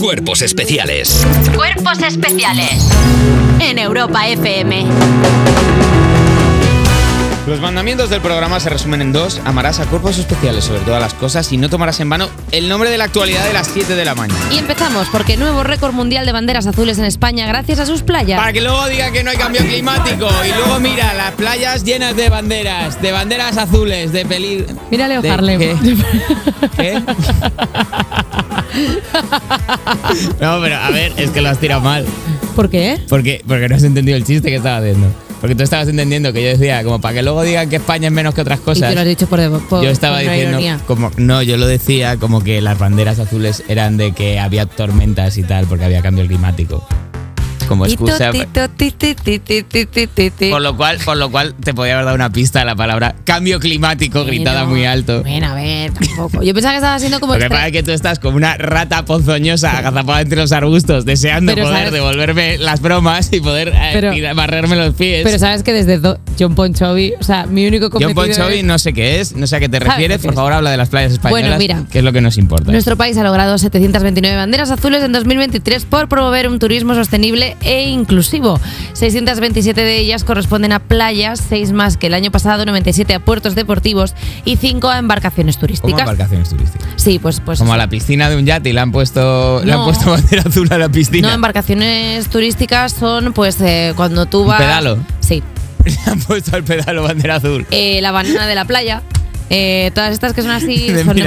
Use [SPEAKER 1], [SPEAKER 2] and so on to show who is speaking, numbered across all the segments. [SPEAKER 1] Cuerpos especiales.
[SPEAKER 2] Cuerpos especiales. En Europa FM.
[SPEAKER 3] Los mandamientos del programa se resumen en dos. Amarás a cuerpos especiales sobre todas las cosas y no tomarás en vano el nombre de la actualidad de las 7 de la mañana.
[SPEAKER 4] Y empezamos porque nuevo récord mundial de banderas azules en España gracias a sus playas.
[SPEAKER 3] Para que luego digan que no hay cambio climático. Y luego mira, las playas llenas de banderas, de banderas azules, de peli...
[SPEAKER 4] Mira Leo
[SPEAKER 3] de-
[SPEAKER 4] Harlem.
[SPEAKER 3] ¿qué? ¿Qué? No, pero a ver, es que lo has tirado mal.
[SPEAKER 4] ¿Por qué?
[SPEAKER 3] Porque, porque no has entendido el chiste que estaba haciendo. Porque tú estabas entendiendo que yo decía, como para que luego digan que España es menos que otras
[SPEAKER 4] y
[SPEAKER 3] cosas.
[SPEAKER 4] tú lo has dicho por, debo- por-
[SPEAKER 3] yo estaba
[SPEAKER 4] por una
[SPEAKER 3] diciendo
[SPEAKER 4] ironía.
[SPEAKER 3] como no yo lo decía como que las banderas azules eran de que había tormentas y tal porque había cambio climático como
[SPEAKER 4] Tito,
[SPEAKER 3] excusa pues,
[SPEAKER 4] tito, ti, ti, ti, ti, ti, ti, ti, ti.
[SPEAKER 3] por lo cual por lo cual te podía haber dado una pista a la palabra cambio climático gritada
[SPEAKER 4] Bueno,
[SPEAKER 3] muy alto
[SPEAKER 4] Bueno, pues a ver, tampoco. Yo pensaba que estaba siendo como.
[SPEAKER 3] lo que
[SPEAKER 4] extra-
[SPEAKER 3] pasa es que tú estás como una rata ponzoñosa agazapada entre los arbustos deseando
[SPEAKER 4] Pero,
[SPEAKER 3] poder
[SPEAKER 4] ¿sabes?
[SPEAKER 3] devolverme las bromas y poder eh,
[SPEAKER 4] Pero-
[SPEAKER 3] tirar- barrerme los pies
[SPEAKER 4] Pero sabes que desde Do- John Ponchovi, o sea, mi único
[SPEAKER 3] John
[SPEAKER 4] cometido
[SPEAKER 3] Ponchovi
[SPEAKER 4] es-
[SPEAKER 3] no sé qué es, no sé a qué te
[SPEAKER 4] ¿Sabes
[SPEAKER 3] refieres,
[SPEAKER 4] lo que
[SPEAKER 3] por
[SPEAKER 4] es?
[SPEAKER 3] favor habla de las playas españolas,
[SPEAKER 4] mira.
[SPEAKER 3] que es lo que nos importa.
[SPEAKER 4] Nuestro país ha logrado 729 banderas azules en 2023 por promover un turismo sostenible e inclusivo. 627 de ellas corresponden a playas, 6 más que el año pasado, 97 a puertos deportivos y 5 a embarcaciones
[SPEAKER 3] ¿Cómo
[SPEAKER 4] turísticas.
[SPEAKER 3] embarcaciones turísticas?
[SPEAKER 4] sí, pues pues
[SPEAKER 3] Como a la piscina de un yate y le han puesto, le han
[SPEAKER 4] No.
[SPEAKER 3] puesto bandera azul a la piscina.
[SPEAKER 4] no embarcaciones turísticas son pues eh, cuando tú
[SPEAKER 3] Un
[SPEAKER 4] vas
[SPEAKER 3] pedalo.
[SPEAKER 4] Sí.
[SPEAKER 3] le han puesto al pedalo bandera azul.
[SPEAKER 4] Eh, la banana de la playa. eh, todas estas que son así
[SPEAKER 3] De
[SPEAKER 4] son
[SPEAKER 3] mira.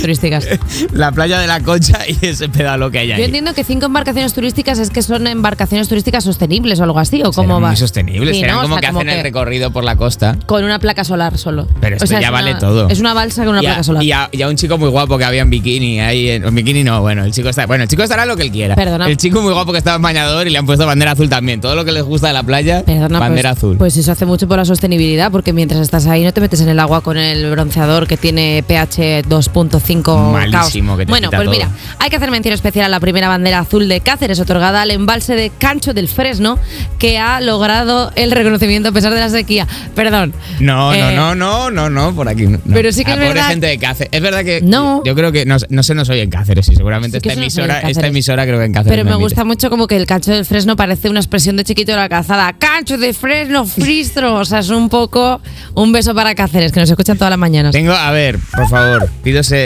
[SPEAKER 4] turísticas.
[SPEAKER 3] La playa de la concha y ese pedalo que hay ahí.
[SPEAKER 4] Yo entiendo que cinco embarcaciones turísticas es que son embarcaciones turísticas sostenibles o algo así,
[SPEAKER 3] Serán
[SPEAKER 4] o cómo va.
[SPEAKER 3] muy sostenibles,
[SPEAKER 4] Sí,
[SPEAKER 3] serán
[SPEAKER 4] ¿no? O
[SPEAKER 3] como
[SPEAKER 4] sea,
[SPEAKER 3] que hacen el recorrido por la costa.
[SPEAKER 4] Con una placa solar solo.
[SPEAKER 3] Pero esto ya
[SPEAKER 4] es
[SPEAKER 3] vale
[SPEAKER 4] una-
[SPEAKER 3] todo.
[SPEAKER 4] Es una balsa con una
[SPEAKER 3] y, a,
[SPEAKER 4] placa solar.
[SPEAKER 3] y a- y a un chico muy guapo que había en bikini ahí en, en bikini no bueno el chico está bueno el chico estará lo que él quiera
[SPEAKER 4] Perdona.
[SPEAKER 3] el chico muy guapo que estaba en bañador y le han puesto bandera azul también todo lo que les gusta de la playa
[SPEAKER 4] Perdona,
[SPEAKER 3] bandera
[SPEAKER 4] pues,
[SPEAKER 3] azul
[SPEAKER 4] Pues eso hace mucho por la sostenibilidad, porque mientras estás ahí no te metes en el agua con el bronceador que tiene pH 2.5.
[SPEAKER 3] Malísimo,
[SPEAKER 4] caos.
[SPEAKER 3] que te
[SPEAKER 4] Bueno,
[SPEAKER 3] quita
[SPEAKER 4] pues
[SPEAKER 3] todo.
[SPEAKER 4] mira, hay que hacer mención especial a la primera bandera azul de Cáceres, otorgada al embalse de Cancho del Fresno, que ha logrado el reconocimiento a pesar de la sequía. Perdón.
[SPEAKER 3] No, no,
[SPEAKER 4] Eh,
[SPEAKER 3] no, no, no, no, por aquí. no.
[SPEAKER 4] pero sí que
[SPEAKER 3] La
[SPEAKER 4] es
[SPEAKER 3] pobre
[SPEAKER 4] verdad-
[SPEAKER 3] gente de Cáceres. Es verdad que.
[SPEAKER 4] No.
[SPEAKER 3] Yo creo que no, no se nos oye en Cáceres, sí, seguramente
[SPEAKER 4] Sí que
[SPEAKER 3] esta
[SPEAKER 4] se nos oye en
[SPEAKER 3] emisora, esta
[SPEAKER 4] Cáceres.
[SPEAKER 3] emisora creo que en Cáceres.
[SPEAKER 4] Pero
[SPEAKER 3] no
[SPEAKER 4] me
[SPEAKER 3] emite.
[SPEAKER 4] gusta mucho como que el cancho del fresno parece una expresión de chiquito de la calzada. ¡Cancho de fresno, fristro! O sea, es un poco un beso para Cáceres, que nos escuchan todas las mañanas.
[SPEAKER 3] Tengo, a ver, por favor, pídose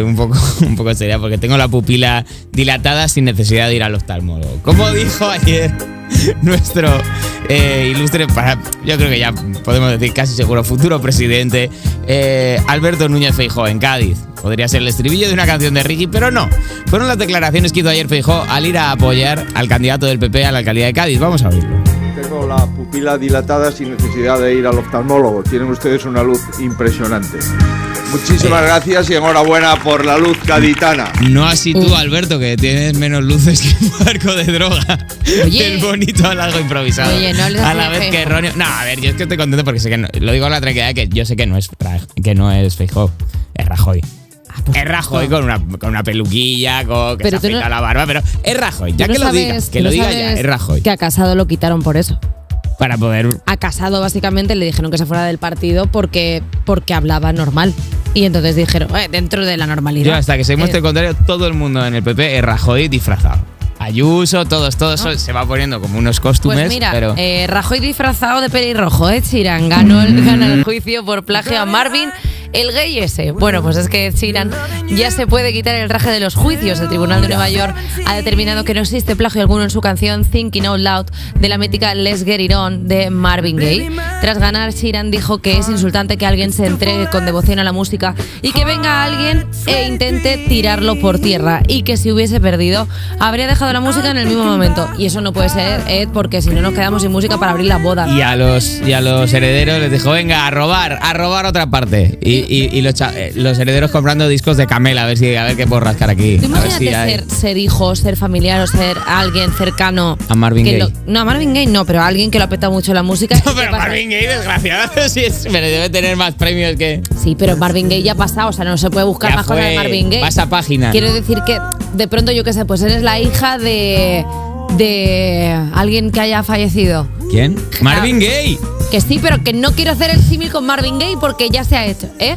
[SPEAKER 3] eh, un poco, un poco seria, porque tengo la pupila dilatada sin necesidad de ir al oftalmólogo. Como dijo ayer nuestro eh, ilustre, para- yo creo que ya podemos decir casi seguro, futuro presidente, eh, Alberto Núñez Feijó en Cádiz. Podría ser el estribillo de una canción de Ricky, pero no. Fueron las declaraciones que hizo ayer Feijó al ir a apoyar al candidato del PP a la alcaldía de Cádiz. Vamos a oírlo.
[SPEAKER 5] Tengo la pupila dilatada sin necesidad de ir al oftalmólogo. Tienen ustedes una luz impresionante. Muchísimas gracias y enhorabuena por la luz caditana.
[SPEAKER 3] No así tú, Alberto, que tienes menos luces que un barco de droga.
[SPEAKER 4] Oye.
[SPEAKER 3] El bonito halago improvisado.
[SPEAKER 4] Oye, no les
[SPEAKER 3] A la
[SPEAKER 4] hagas
[SPEAKER 3] vez que
[SPEAKER 4] feo.
[SPEAKER 3] erróneo. No, a ver, yo es que estoy contento porque sé que no- lo digo con la tranquilidad que yo sé que no es Fra- que no es Feijó, es Rajoy. Es Rajoy con una, con una peluquilla, con que
[SPEAKER 4] Ah, pues Pero
[SPEAKER 3] se
[SPEAKER 4] tú no-
[SPEAKER 3] afeita la barba, pero es Rajoy, ya
[SPEAKER 4] Tú
[SPEAKER 3] que
[SPEAKER 4] no
[SPEAKER 3] lo
[SPEAKER 4] sabes-
[SPEAKER 3] diga, que lo
[SPEAKER 4] tú no
[SPEAKER 3] diga ya,
[SPEAKER 4] sabes
[SPEAKER 3] es Rajoy.
[SPEAKER 4] Que a Casado lo quitaron por eso.
[SPEAKER 3] Para poder
[SPEAKER 4] A Casado básicamente le dijeron que se fuera del partido porque, porque hablaba normal. Y entonces dijeron, "Eh, dentro de la normalidad.
[SPEAKER 3] Yo hasta que se muestre
[SPEAKER 4] Eh,
[SPEAKER 3] el contrario, todo el mundo en el PP es Rajoy disfrazado. Ayuso, todos, todos, son- se va poniendo como unos costumes,
[SPEAKER 4] Ah. Pues mira,
[SPEAKER 3] pero...
[SPEAKER 4] eh, Rajoy disfrazado de pelirrojo, Ed Sheeran ganó el, gana el juicio por plagio a Marvin, el gay ese. Bueno, pues es que Ed Sheeran ya se puede quitar el raje de los juicios. El Tribunal de Nueva York ha determinado que no existe este plagio alguno en su canción Thinking Out Loud de la mítica Let's Get It On de Marvin Gaye. Tras ganar, Sheeran dijo que es insultante que alguien se entregue con devoción a la música y que venga alguien e intente tirarlo por tierra y que si hubiese perdido habría dejado la música en el mismo momento. Y eso no puede ser, Ed, porque si no nos quedamos sin música para abrir las bodas.
[SPEAKER 3] Y a los, y a los herederos les dijo, venga, a robar, a robar otra parte. Y, y- y los, cha- eh, los herederos comprando discos de Camela, a ver si a ver qué puedo rascar aquí.
[SPEAKER 4] Tú
[SPEAKER 3] A ver
[SPEAKER 4] imagínate
[SPEAKER 3] si hay-
[SPEAKER 4] ser, ser hijo, ser familiar o ser alguien cercano
[SPEAKER 3] A Marvin
[SPEAKER 4] que
[SPEAKER 3] Gaye.
[SPEAKER 4] lo- no, a Marvin Gaye no, pero a alguien que lo apeta mucho la música.
[SPEAKER 3] No,
[SPEAKER 4] ¿Qué
[SPEAKER 3] pero
[SPEAKER 4] pasa?
[SPEAKER 3] Marvin Gaye, desgraciado, sí es- pero debe tener más premios que...
[SPEAKER 4] Sí, pero Marvin Gaye ya ha pasado, o sea, no se puede buscar
[SPEAKER 3] Ya
[SPEAKER 4] más cosas de
[SPEAKER 3] fue.
[SPEAKER 4] Marvin Gaye.
[SPEAKER 3] Vas a página.
[SPEAKER 4] Quiero decir que, de pronto, yo qué sé, pues eres la hija de. de alguien que haya fallecido.
[SPEAKER 3] ¿Quién? Marvin Gaye.
[SPEAKER 4] Que sí, pero que no quiero hacer el símil con Marvin Gaye porque ya se ha hecho, ¿eh?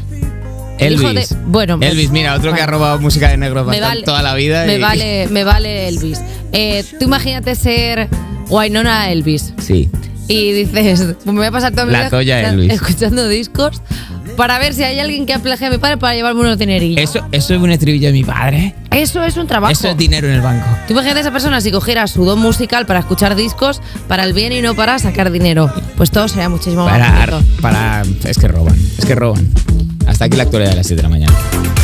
[SPEAKER 4] hijo
[SPEAKER 3] Elvis.
[SPEAKER 4] de- bueno, pues-
[SPEAKER 3] Elvis, mira, otro que
[SPEAKER 4] vale.
[SPEAKER 3] ha robado música de negro
[SPEAKER 4] Me
[SPEAKER 3] bastante
[SPEAKER 4] vale-
[SPEAKER 3] toda la vida.
[SPEAKER 4] Me
[SPEAKER 3] y-
[SPEAKER 4] vale, me vale Elvis. Eh, tú imagínate ser Wynonna Elvis
[SPEAKER 3] Sí.
[SPEAKER 4] y dices, pues me voy a pasar toda mi
[SPEAKER 3] La
[SPEAKER 4] vida
[SPEAKER 3] Toya
[SPEAKER 4] escucha-
[SPEAKER 3] Elvis.
[SPEAKER 4] escuchando discos para ver si hay alguien que aplaje a mi padre para llevarme unos dinerillos.
[SPEAKER 3] Eso, eso es un estribillo de mi padre.
[SPEAKER 4] Eso es un trabajo.
[SPEAKER 3] Eso es dinero en el banco.
[SPEAKER 4] Tú imagínate a esa persona si cogiera su don musical para escuchar discos, para el bien y no para sacar dinero. Pues todo sería muchísimo más
[SPEAKER 3] Para,
[SPEAKER 4] bonito.
[SPEAKER 3] para. Es que roban. Es que roban. Hasta aquí la actualidad de las 7 de la mañana.